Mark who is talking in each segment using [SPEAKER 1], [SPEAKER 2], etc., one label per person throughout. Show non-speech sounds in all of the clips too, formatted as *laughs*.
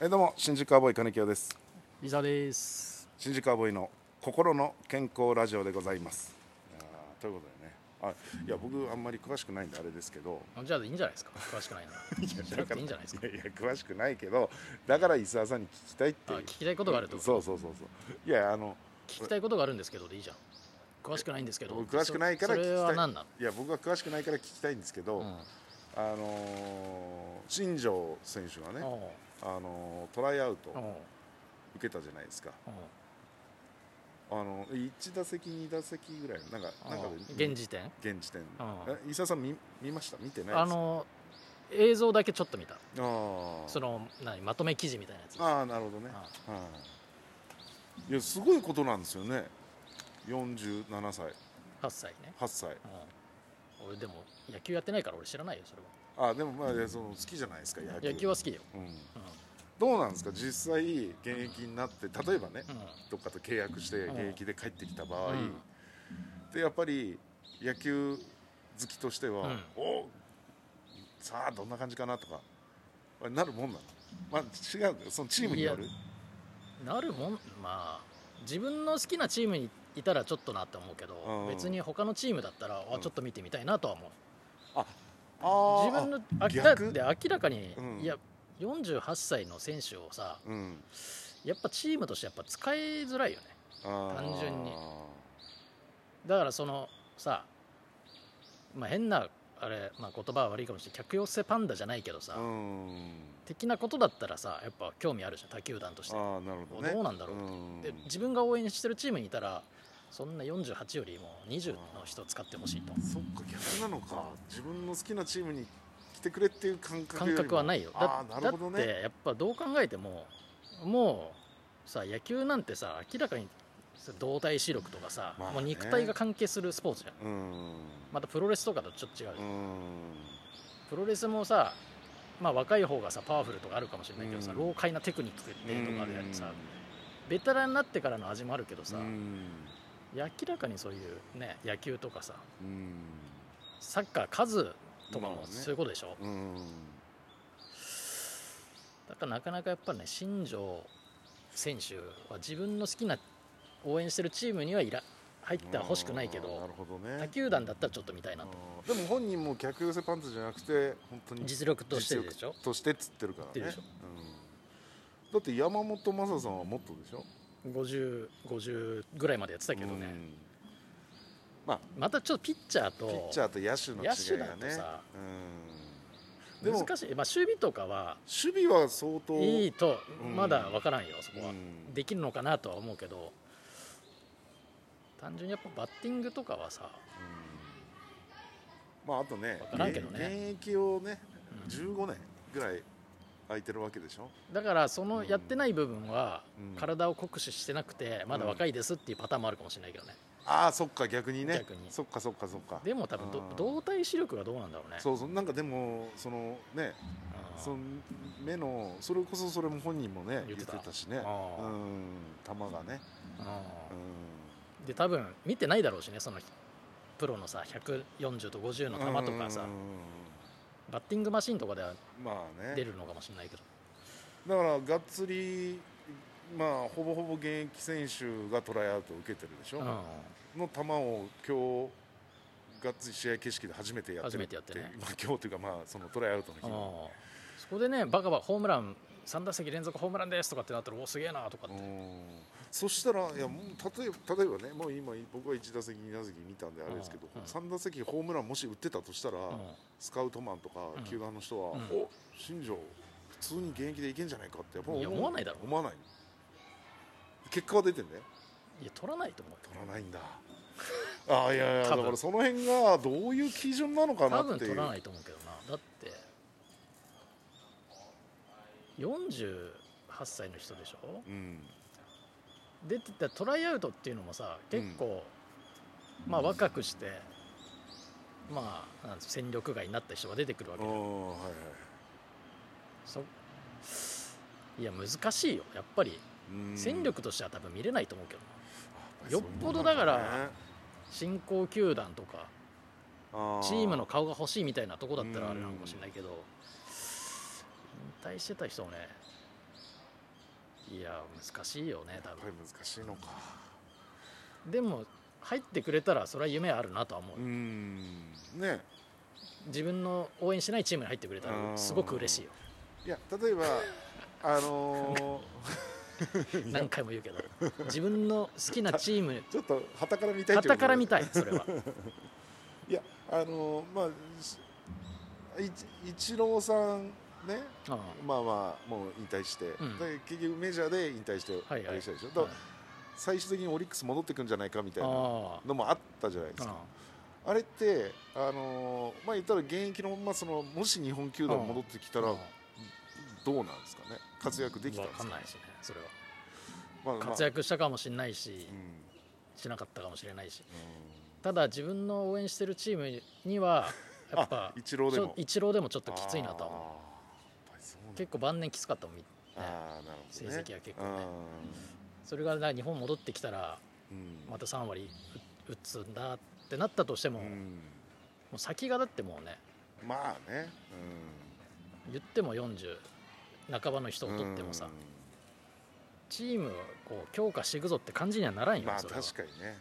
[SPEAKER 1] えーどうも新宿アボーイ金城です
[SPEAKER 2] 伊沢です
[SPEAKER 1] 新宿アボーイの心の健康ラジオでございますいやーということでねあいや僕あんまり詳しくないんであれですけど *laughs*
[SPEAKER 2] あじゃあいいんじゃないですか詳しくないなじゃなくていいんじゃないですか
[SPEAKER 1] いやいや詳しくないけどだから伊沢さんに聞きたいって
[SPEAKER 2] あ
[SPEAKER 1] いう
[SPEAKER 2] 聞きたいことがあるってこと
[SPEAKER 1] そうそうそうそういやあの
[SPEAKER 2] 聞きたいことがあるんですけどでいいじゃん詳しくないんですけど
[SPEAKER 1] 僕詳しくないから聞
[SPEAKER 2] そ
[SPEAKER 1] きたい
[SPEAKER 2] それは何なの
[SPEAKER 1] いや僕は詳しくないから聞きたいんですけど、
[SPEAKER 2] うん
[SPEAKER 1] あのー新庄選手がね、あのートライアウト
[SPEAKER 2] うんうん
[SPEAKER 1] 受けたじゃないですか、
[SPEAKER 2] う
[SPEAKER 1] あの1打席、2打席ぐらい、なんか、なんか
[SPEAKER 2] ん
[SPEAKER 1] で
[SPEAKER 2] 現時点
[SPEAKER 1] 現時点、
[SPEAKER 2] ん
[SPEAKER 1] え伊沢さん見、見ました、見てないです
[SPEAKER 2] あの映像だけちょっと見た
[SPEAKER 1] あー
[SPEAKER 2] その何まとめ記事みたいなやつ
[SPEAKER 1] あー、なるほどね、はい、いや、すごいことなんですよね、47歳、
[SPEAKER 2] 8歳ね、
[SPEAKER 1] 8歳、
[SPEAKER 2] うん、俺でも野球やってないから俺知らないよそれは
[SPEAKER 1] あーでもまあ、いやその好きじゃないですか、野球
[SPEAKER 2] 野球は好きだよ、
[SPEAKER 1] うん、
[SPEAKER 2] うん
[SPEAKER 1] どうなんですか、実際、現役になって、例えばね、
[SPEAKER 2] う
[SPEAKER 1] どっかと契約して、現役で帰ってきた場合、
[SPEAKER 2] うん
[SPEAKER 1] でやっぱり野球好きとしては、
[SPEAKER 2] うん
[SPEAKER 1] おさあどんな感じかなとかなるもんなの、まあ、違うんだよそのチームによる
[SPEAKER 2] いん、なるもんまあ自分の好きなチームにいたらちょっとなって思うけど、
[SPEAKER 1] うん
[SPEAKER 2] 別に他のチームだったら、
[SPEAKER 1] う
[SPEAKER 2] あ
[SPEAKER 1] ん
[SPEAKER 2] ちょっと見てみたいなとは思う
[SPEAKER 1] あー
[SPEAKER 2] 自分のあだっ
[SPEAKER 1] 逆
[SPEAKER 2] て明らかに、
[SPEAKER 1] うん
[SPEAKER 2] いや48歳の選手をさ
[SPEAKER 1] うん、
[SPEAKER 2] やっぱチームとしてやっぱ使いづらいよね単純にだからそのさ、まあ、変なあれ、まあ、言葉は悪いかもしれない客寄せパンダじゃないけどさ、
[SPEAKER 1] あーうん
[SPEAKER 2] 的なことだったらさやっぱ興味あるじゃん他球団として
[SPEAKER 1] あーなるほどね
[SPEAKER 2] どうなんだろう
[SPEAKER 1] うん
[SPEAKER 2] で自分が応援してるチームにいたらそんな48よりも20の人使ってほしいと
[SPEAKER 1] そっか逆なのか自分の好きなチームに来てくれっていう感覚より
[SPEAKER 2] 感
[SPEAKER 1] も
[SPEAKER 2] 覚はないよだ
[SPEAKER 1] ああなるほど
[SPEAKER 2] だっ
[SPEAKER 1] ね
[SPEAKER 2] てやっぱどう考えてももうさ野球なんてさ明らかにさ動体視力とかさ、
[SPEAKER 1] まあね
[SPEAKER 2] もう肉体が関係するスポーツじゃん
[SPEAKER 1] うん
[SPEAKER 2] またプロレスとかとちょっと違う、
[SPEAKER 1] うん
[SPEAKER 2] プロレスもさまあ若い方がさパワフルとかあるかもしれないけどさ、
[SPEAKER 1] うん
[SPEAKER 2] 老快なテクニックっていうとかでさ、
[SPEAKER 1] うん
[SPEAKER 2] ベテランになってからの味もあるけどさ、
[SPEAKER 1] うん
[SPEAKER 2] 明らかにそういうね野球とかさ
[SPEAKER 1] うん
[SPEAKER 2] サッカー数と
[SPEAKER 1] ま
[SPEAKER 2] かも
[SPEAKER 1] あね
[SPEAKER 2] そういうことでしょ、
[SPEAKER 1] うん
[SPEAKER 2] だからなかなかやっぱね新庄選手は自分の好きな応援してるチームにはいら入っては欲しくないけ
[SPEAKER 1] あーな
[SPEAKER 2] ど
[SPEAKER 1] るほど
[SPEAKER 2] 他
[SPEAKER 1] ね
[SPEAKER 2] 球団だったらちょっと見たいなと
[SPEAKER 1] あーでも本人も客寄せパンツじゃなくて本当に
[SPEAKER 2] 実力としてでし
[SPEAKER 1] 実
[SPEAKER 2] ょ
[SPEAKER 1] 力としてっつってるからね
[SPEAKER 2] 言ってる
[SPEAKER 1] う
[SPEAKER 2] で
[SPEAKER 1] んだって山本昌さんはもっとでしょ
[SPEAKER 2] 5050ぐらいまでやってたけどね、
[SPEAKER 1] うんまあ
[SPEAKER 2] またちょっとピッチャーと
[SPEAKER 1] ピッチャーと野手の違いが
[SPEAKER 2] 野手だと
[SPEAKER 1] ね
[SPEAKER 2] さ
[SPEAKER 1] うんでも
[SPEAKER 2] 難しい、まあ、守備とかは
[SPEAKER 1] 守備は相当
[SPEAKER 2] いいと
[SPEAKER 1] うん
[SPEAKER 2] まだ分からんよそこは、
[SPEAKER 1] うん
[SPEAKER 2] できるのかなとは思うけど単純にやっぱバッティングとかはさ、
[SPEAKER 1] うんまああとね
[SPEAKER 2] わからんけどね
[SPEAKER 1] 現役をね
[SPEAKER 2] うん
[SPEAKER 1] 15年ぐらい空いてるわけでしょ
[SPEAKER 2] だからそのやってない部分は
[SPEAKER 1] うん
[SPEAKER 2] 体を酷使してなくてまだ若いですっていうパターンもあるかもしれないけどね
[SPEAKER 1] ああそっか逆にね
[SPEAKER 2] 逆に
[SPEAKER 1] そっかそっかそっか
[SPEAKER 2] でも多分ど
[SPEAKER 1] あー
[SPEAKER 2] 動体視力がどうなんだろうね
[SPEAKER 1] そうそうなんかでもそのね
[SPEAKER 2] うん
[SPEAKER 1] その目のそれこそそれも本人もね言
[SPEAKER 2] 言っ
[SPEAKER 1] ってて
[SPEAKER 2] た
[SPEAKER 1] たしねうん
[SPEAKER 2] ああ
[SPEAKER 1] 球がね
[SPEAKER 2] う
[SPEAKER 1] うん
[SPEAKER 2] で多分見てないだろうしねそのプロのさ140と50の球とかさ
[SPEAKER 1] うん
[SPEAKER 2] バッティングマシンとかでは
[SPEAKER 1] まあね
[SPEAKER 2] 出るのかもしれないけど
[SPEAKER 1] だからがっつりまあほぼほぼ現役選手がトライアウトを受けてるでしょ
[SPEAKER 2] うん
[SPEAKER 1] の球を今日がっつり試合形式で初めてやって
[SPEAKER 2] 初
[SPEAKER 1] る
[SPEAKER 2] めてやってね
[SPEAKER 1] まあ今日というかまあそのトライアウトの日
[SPEAKER 2] うん
[SPEAKER 1] に
[SPEAKER 2] そこでねバカバカホームラン3打席連続ホームランですとかってなったらおすげえなとかって
[SPEAKER 1] うんそしたらいやもう例えば例えばねもう今僕は1打席2打席見たんであれですけど、
[SPEAKER 2] うんうん
[SPEAKER 1] 3打席ホームランもし打ってたとしたら、
[SPEAKER 2] うん
[SPEAKER 1] スカウトマンとか
[SPEAKER 2] うん
[SPEAKER 1] 球団の人は、
[SPEAKER 2] うん
[SPEAKER 1] お新庄普通に現役でいけんじゃないかってやっぱ
[SPEAKER 2] いや思わないだろ
[SPEAKER 1] 思わない結果は出てんだよ
[SPEAKER 2] いや取らないと思うよ
[SPEAKER 1] 取らないんだあーいやいや
[SPEAKER 2] 多
[SPEAKER 1] だ
[SPEAKER 2] 分
[SPEAKER 1] からその辺がどういう基準なのか
[SPEAKER 2] 多
[SPEAKER 1] なっ
[SPEAKER 2] 分
[SPEAKER 1] てい
[SPEAKER 2] 取
[SPEAKER 1] う
[SPEAKER 2] らないと思うけどなだって48歳の人でしょ
[SPEAKER 1] うん
[SPEAKER 2] 出てたトライアウトっていうのもさ結構、まあ若くしてまあなんつう戦力外になった人が出てくるわ
[SPEAKER 1] あ
[SPEAKER 2] け
[SPEAKER 1] ー
[SPEAKER 2] じゃん
[SPEAKER 1] はいはい
[SPEAKER 2] そいや難しいよやっぱり
[SPEAKER 1] うん
[SPEAKER 2] 戦力としては多分見れないと思うけどな
[SPEAKER 1] あやっぱりそういう
[SPEAKER 2] よっ
[SPEAKER 1] も
[SPEAKER 2] ぽ
[SPEAKER 1] ん
[SPEAKER 2] ど
[SPEAKER 1] なん
[SPEAKER 2] だから
[SPEAKER 1] ね
[SPEAKER 2] 新興球団とか
[SPEAKER 1] あー
[SPEAKER 2] チームの顔が欲しいみたいなとこだったらあれなのかもしれないけど引退してた人をねいや難しいよね多
[SPEAKER 1] やっぱり難しいのか
[SPEAKER 2] 分でも入ってくれたらそれは夢あるなとは思う
[SPEAKER 1] うーんね
[SPEAKER 2] 自分の応援してないチームに入ってくれた
[SPEAKER 1] う
[SPEAKER 2] ら
[SPEAKER 1] ん
[SPEAKER 2] すごく嬉
[SPEAKER 1] *laughs*
[SPEAKER 2] しいよ
[SPEAKER 1] いや例えばあの
[SPEAKER 2] *laughs*
[SPEAKER 1] ーいや
[SPEAKER 2] 何回も言うけど自分の好きなチ
[SPEAKER 1] *laughs*
[SPEAKER 2] ーム
[SPEAKER 1] ちょっと旗から見たいってこと
[SPEAKER 2] 旗
[SPEAKER 1] ね
[SPEAKER 2] から見たいそ
[SPEAKER 1] *laughs*
[SPEAKER 2] れは
[SPEAKER 1] いやあのまあしいちイチローさんね
[SPEAKER 2] あ
[SPEAKER 1] まあまあもう引退して、
[SPEAKER 2] ん
[SPEAKER 1] で結局メジャーで引退してあ
[SPEAKER 2] はいはい
[SPEAKER 1] れしたでしょ、だから最終的にオリックス戻ってくんじゃないかみたい
[SPEAKER 2] あ
[SPEAKER 1] な
[SPEAKER 2] あ
[SPEAKER 1] のもあったじゃないですかあれってあのまあ言ったら現役のままそのもし日本球団戻ってきたら
[SPEAKER 2] うん
[SPEAKER 1] どうなんですかね活躍できたん
[SPEAKER 2] わ
[SPEAKER 1] です
[SPEAKER 2] か
[SPEAKER 1] か
[SPEAKER 2] んないしねそれは
[SPEAKER 1] まあまあ
[SPEAKER 2] 活躍したかもしれないし
[SPEAKER 1] うん
[SPEAKER 2] しなかったかもしれないしただ自分の応援してるチームにはやっぱ
[SPEAKER 1] *laughs* あイチローでも
[SPEAKER 2] ちょ一郎でもちょっときついなと
[SPEAKER 1] あ
[SPEAKER 2] は
[SPEAKER 1] ーや
[SPEAKER 2] 思
[SPEAKER 1] っぱりそうなん
[SPEAKER 2] う
[SPEAKER 1] だ
[SPEAKER 2] 結構晩年きつかったもんみ
[SPEAKER 1] あーなるほどね
[SPEAKER 2] 成績は結構ね
[SPEAKER 1] あ
[SPEAKER 2] それがな日本戻ってきたら
[SPEAKER 1] ーうん
[SPEAKER 2] また3割打打つんだってなったとしても,、
[SPEAKER 1] う
[SPEAKER 2] も
[SPEAKER 1] ん
[SPEAKER 2] う先がだってもうね
[SPEAKER 1] まあね、
[SPEAKER 2] 言っても40半ばの人
[SPEAKER 1] う
[SPEAKER 2] を
[SPEAKER 1] ん、
[SPEAKER 2] 取ってもさ、
[SPEAKER 1] う
[SPEAKER 2] チームをこう強化していくぞって感じにはな *laughs* らん
[SPEAKER 1] ん
[SPEAKER 2] よ、
[SPEAKER 1] まあ
[SPEAKER 2] そ
[SPEAKER 1] 確
[SPEAKER 2] れは
[SPEAKER 1] かにね、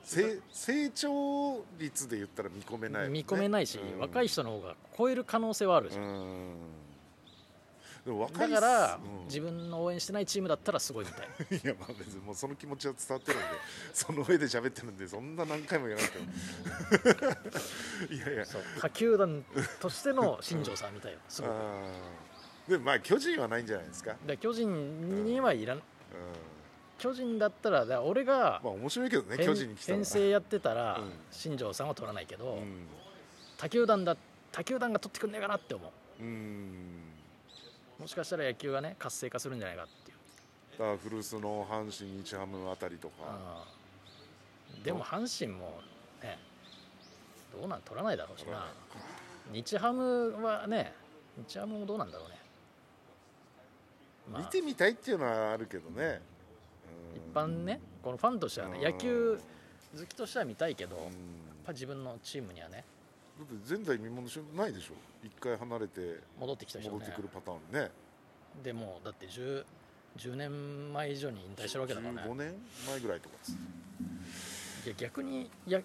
[SPEAKER 1] うん、せ成長率で言ったら見込めない、
[SPEAKER 2] 見込めないし、
[SPEAKER 1] うん
[SPEAKER 2] 若い人の方が超える可能性はあるじゃん、
[SPEAKER 1] うんでも若
[SPEAKER 2] だ
[SPEAKER 1] い
[SPEAKER 2] から、
[SPEAKER 1] うん
[SPEAKER 2] 自分の応援してないチームだったらすごいみたい
[SPEAKER 1] *laughs* いやまあ別にもうその気持ちは伝わってるんで *laughs* その上で喋ってるんでそんな何回も言わなくても *laughs* いやいや
[SPEAKER 2] そう他球団としての新庄さんみたいよすごくだか
[SPEAKER 1] うんでもまあ巨人はないんじゃないですか、
[SPEAKER 2] ら巨人にはいらん、
[SPEAKER 1] うん、
[SPEAKER 2] 巨人だったらだから俺が
[SPEAKER 1] まあ面白いけどね
[SPEAKER 2] 編
[SPEAKER 1] 巨人に来たら
[SPEAKER 2] 編成やってたら、
[SPEAKER 1] うん
[SPEAKER 2] 新庄さんは取らないけど、
[SPEAKER 1] うん
[SPEAKER 2] 他球団だ他球団が取ってくんねえかなって思う
[SPEAKER 1] うん
[SPEAKER 2] もしかしたら野球がね活性化するんじゃないかっていう、
[SPEAKER 1] だから古巣の阪神、日ハムあたりとか、
[SPEAKER 2] うんでも阪神もねどうなん取らないだろうしな日ハムはね日ハムもどうなんだろうね、まあ
[SPEAKER 1] 見てみたいっていうのはあるけどね、
[SPEAKER 2] 一般ねこのファンとしてはね
[SPEAKER 1] うん
[SPEAKER 2] 野球好きとしては見たいけど
[SPEAKER 1] う
[SPEAKER 2] やっ
[SPEAKER 1] ん、だ
[SPEAKER 2] ぱ自分のチームにはね
[SPEAKER 1] って前代未聞の瞬間ないでしょ、一回離れて
[SPEAKER 2] 戻ってきた人
[SPEAKER 1] 戻っ
[SPEAKER 2] も
[SPEAKER 1] て
[SPEAKER 2] ね
[SPEAKER 1] くるパターンね、
[SPEAKER 2] でもうだって 10, 10年前以上に引退してるわけだからね
[SPEAKER 1] 15年前ぐらいとかです、
[SPEAKER 2] いや逆にいや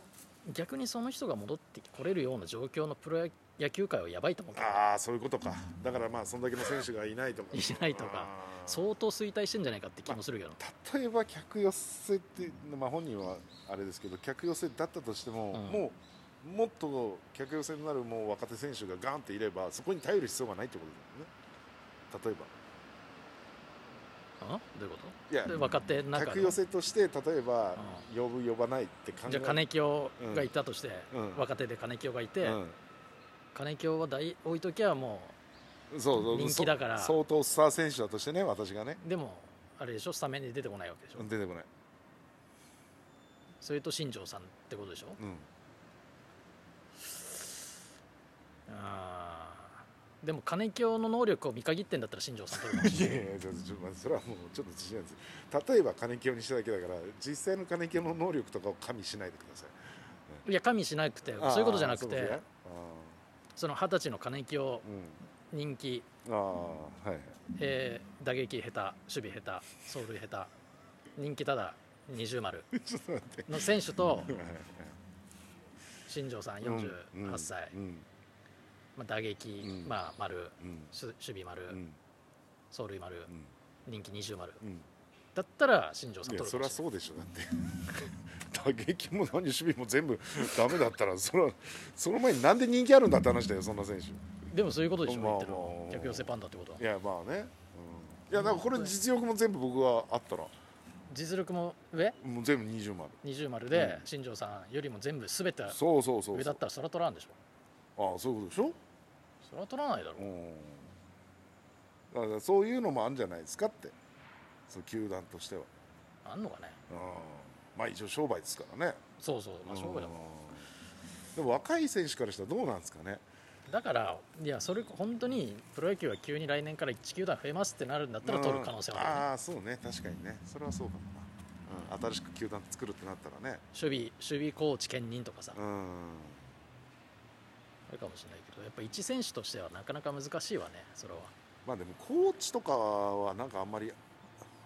[SPEAKER 2] 逆にその人が戻ってこれるような状況のプロ野球界はやばいと思うけど
[SPEAKER 1] ああ、そういうことか、だからまあ、そんだけの選手がいないとか、
[SPEAKER 2] いないとか
[SPEAKER 1] あー
[SPEAKER 2] 相当衰退してんじゃないかって気もするけど、
[SPEAKER 1] 例えば客寄せって、まあ、本人はあれですけど、客寄せだったとしても、
[SPEAKER 2] うん
[SPEAKER 1] もうもっと客寄せになるもう若手選手がガーンっていれば、そこに頼る必要がないってことだよね、例えば。
[SPEAKER 2] うんどういうこ
[SPEAKER 1] いや
[SPEAKER 2] とで若手の中
[SPEAKER 1] 客
[SPEAKER 2] の
[SPEAKER 1] 寄せとして例えば呼ぶ呼ばないって考え
[SPEAKER 2] じゃあ金清
[SPEAKER 1] うん
[SPEAKER 2] がいたとして、
[SPEAKER 1] うん
[SPEAKER 2] 若手で金清がいて、
[SPEAKER 1] う
[SPEAKER 2] 金清は大置いときはも
[SPEAKER 1] んそうそう
[SPEAKER 2] 人気だから
[SPEAKER 1] そ相当スター選手だとしてね私がね
[SPEAKER 2] うでもあれでしょスタメンに出てこないわけでしょ、
[SPEAKER 1] 出てこない、
[SPEAKER 2] それと新庄さんってことでしょ
[SPEAKER 1] うん、
[SPEAKER 2] あーでも金清の能力を見限ってんだったら新庄さん取るかもし
[SPEAKER 1] い
[SPEAKER 2] れ
[SPEAKER 1] や
[SPEAKER 2] ない
[SPEAKER 1] やいやちょっとちょっと待ってそれはもうちょっと自信ないです例えば金清にしただけだから実際の金清の能力とかを加味しないでください *laughs*
[SPEAKER 2] いいや加味しなくてそういうことじゃなく
[SPEAKER 1] あーそういう
[SPEAKER 2] てその二十歳の金清人気、
[SPEAKER 1] ことねあーうん、あーはい
[SPEAKER 2] えー打撃下手守備下手走塁下手人気ただ二重丸
[SPEAKER 1] *laughs* ちょっと待って
[SPEAKER 2] の選手と新庄さん48歳、
[SPEAKER 1] うん
[SPEAKER 2] まあ、打撃、
[SPEAKER 1] うん
[SPEAKER 2] まあ、丸
[SPEAKER 1] うん
[SPEAKER 2] し守備丸、
[SPEAKER 1] うん
[SPEAKER 2] 走塁丸、
[SPEAKER 1] うん
[SPEAKER 2] 人気二重丸
[SPEAKER 1] うん
[SPEAKER 2] だったら新庄さん
[SPEAKER 1] いや
[SPEAKER 2] 取る
[SPEAKER 1] そ
[SPEAKER 2] か
[SPEAKER 1] り
[SPEAKER 2] も
[SPEAKER 1] ゃ
[SPEAKER 2] しれ
[SPEAKER 1] そうでしょだって *laughs* 打撃も何守備も全部ダメだったらそれはその前になんで人気あるんだって話だよそんな選手い
[SPEAKER 2] ないでもそういうことでしょ、
[SPEAKER 1] まあ
[SPEAKER 2] 言ってる
[SPEAKER 1] まあま
[SPEAKER 2] の
[SPEAKER 1] あ
[SPEAKER 2] 客寄せパンダってことは
[SPEAKER 1] やまあね、うん、いやだからこれ実力も全部僕はあったら
[SPEAKER 2] 実力も上
[SPEAKER 1] もう全部20丸
[SPEAKER 2] 二重丸で新庄さんよりも全部全て
[SPEAKER 1] そうそうそう
[SPEAKER 2] 上
[SPEAKER 1] そ
[SPEAKER 2] だ
[SPEAKER 1] う
[SPEAKER 2] ったらそら取らんでしょ
[SPEAKER 1] ああそういうことでしょ、
[SPEAKER 2] そら取らないだろ
[SPEAKER 1] うん、だからそういうのもあるんじゃないですかってその球団としては、
[SPEAKER 2] あんのかね
[SPEAKER 1] うん、まあ一応商売ですからね、
[SPEAKER 2] そうそうまあ勝負だもん
[SPEAKER 1] うんでも若い選手からしたらどうなんですかね
[SPEAKER 2] だからいやそれ本当にプロ野球は急に来年から1球団増えますってなるんだったら取る可能性はあるよね
[SPEAKER 1] ああそうね確かにねそれはそうかもな、うん、新しく球団作るってなったらね
[SPEAKER 2] 守備守備コーチ兼任とかさ
[SPEAKER 1] うん
[SPEAKER 2] あるかもしれないけどやっぱ一選手としてはなかなか難しいわねそれは
[SPEAKER 1] まあでもコーチとかはなんかあんまり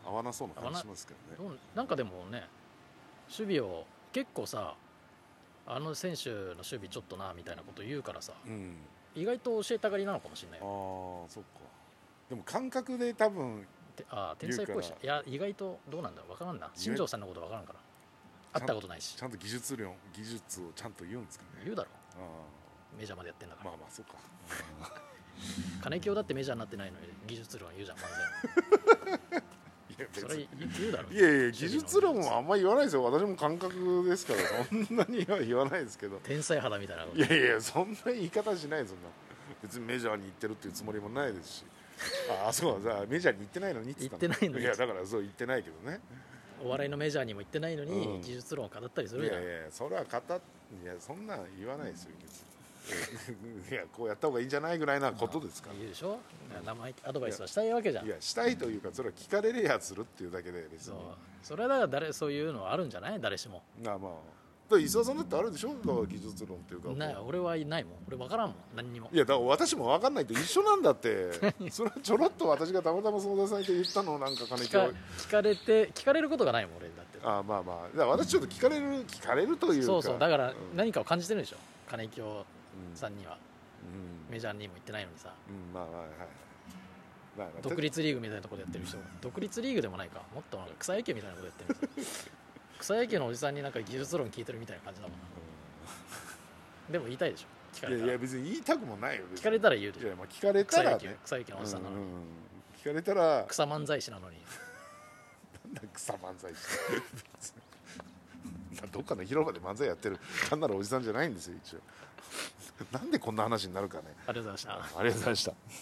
[SPEAKER 1] 合わなそうな感じしますけどね
[SPEAKER 2] どうなんかでもね守備を結構さあの選手の守備ちょっとなみたいなこと言うからさ
[SPEAKER 1] うん
[SPEAKER 2] 意外と教えたがりなのかもしれない
[SPEAKER 1] ああ
[SPEAKER 2] よ
[SPEAKER 1] そっかでも感覚で多分
[SPEAKER 2] てああ天才っぽいし
[SPEAKER 1] 言う
[SPEAKER 2] いや意外とどうなんだ分からんな新庄さんのこと分からんから会ったことないし
[SPEAKER 1] ちゃんと技術量技術をちゃんと言うんですかね
[SPEAKER 2] 言うだろ
[SPEAKER 1] あ
[SPEAKER 2] メジャーまでやってんだか
[SPEAKER 1] ー
[SPEAKER 2] ら、
[SPEAKER 1] まあまあそっか
[SPEAKER 2] 金清だってメジャーになってないのに技術論言うじゃん漫
[SPEAKER 1] いや *laughs* 別
[SPEAKER 2] 才それ
[SPEAKER 1] に
[SPEAKER 2] 言うだろ
[SPEAKER 1] いやいや技術論はあんまり言わないですよ私も感覚ですからそんなには言わないですけど
[SPEAKER 2] 天才肌みたいなこと
[SPEAKER 1] いやいやそんな言い方しないですよそんな別にメジャーに行ってるっていうつもりもないですしああそうだメジャーに行ってないのにっ言た
[SPEAKER 2] 行ってないのに
[SPEAKER 1] いやだからそう言ってないけどね
[SPEAKER 2] お笑いのメジャーにも行ってないのに、
[SPEAKER 1] うん
[SPEAKER 2] 技術論を語ったりす
[SPEAKER 1] い
[SPEAKER 2] るじゃ
[SPEAKER 1] や
[SPEAKER 2] ん
[SPEAKER 1] いやそれは語っいやそんなん言わないですよ別に *laughs* いやこうやった方がいいんじゃないぐらいなことですから
[SPEAKER 2] 言うでしょ生意気アドバイスはしたいわけじゃん
[SPEAKER 1] いやしたいというかそれは聞かれりゃするっていうだけで別
[SPEAKER 2] そ
[SPEAKER 1] に
[SPEAKER 2] うそれはだから誰そういうのはあるんじゃない誰しも
[SPEAKER 1] まあまあだから石田さんだってあるでしょだから技術論っていうか
[SPEAKER 2] ない俺はいないもん俺分からんもん何にも
[SPEAKER 1] いやだから私も分かんないって一緒なんだってそれはちょろっと私がたまたま相談されて言ったのをなんか金
[SPEAKER 2] 聞
[SPEAKER 1] 木は
[SPEAKER 2] か聞かれて聞かれることがないもん俺だって
[SPEAKER 1] あまあまあだから私ちょっと聞かれる聞かれるというか
[SPEAKER 2] そうそうだから
[SPEAKER 1] うん
[SPEAKER 2] 何かを感じてるでしょ金井京
[SPEAKER 1] うん
[SPEAKER 2] さんには
[SPEAKER 1] うん
[SPEAKER 2] メジャーにも行ってない
[SPEAKER 1] *laughs*
[SPEAKER 2] のにさ
[SPEAKER 1] うんまあまあはいまあまあ
[SPEAKER 2] 独立リーグみたいなところでやってる人独立リーグでもないかもっとなんか草野球みたいなことやってるんで
[SPEAKER 1] *laughs*
[SPEAKER 2] すよ草野球のおじさんになんか技術論聞いてるみたいな感じだもんなでも言いたいでしょ聞か
[SPEAKER 1] いや
[SPEAKER 2] れ
[SPEAKER 1] い
[SPEAKER 2] たら
[SPEAKER 1] や別に言いたくもないよ別
[SPEAKER 2] 聞
[SPEAKER 1] に
[SPEAKER 2] かれたら言うでし
[SPEAKER 1] い
[SPEAKER 2] ょ
[SPEAKER 1] やまあ聞かれた
[SPEAKER 2] 草
[SPEAKER 1] ら
[SPEAKER 2] 野
[SPEAKER 1] ね
[SPEAKER 2] 球草野球のおじさんなの
[SPEAKER 1] う
[SPEAKER 2] に
[SPEAKER 1] んうん聞かれたら
[SPEAKER 2] 草漫才師なのに
[SPEAKER 1] 草漫才師どっかの広場で漫才やってる単な *laughs* るおじさんじゃないんですよ一応なんでこんな話になるかね
[SPEAKER 2] ありがとうございまし
[SPEAKER 1] *laughs*
[SPEAKER 2] た
[SPEAKER 1] ありがとうございました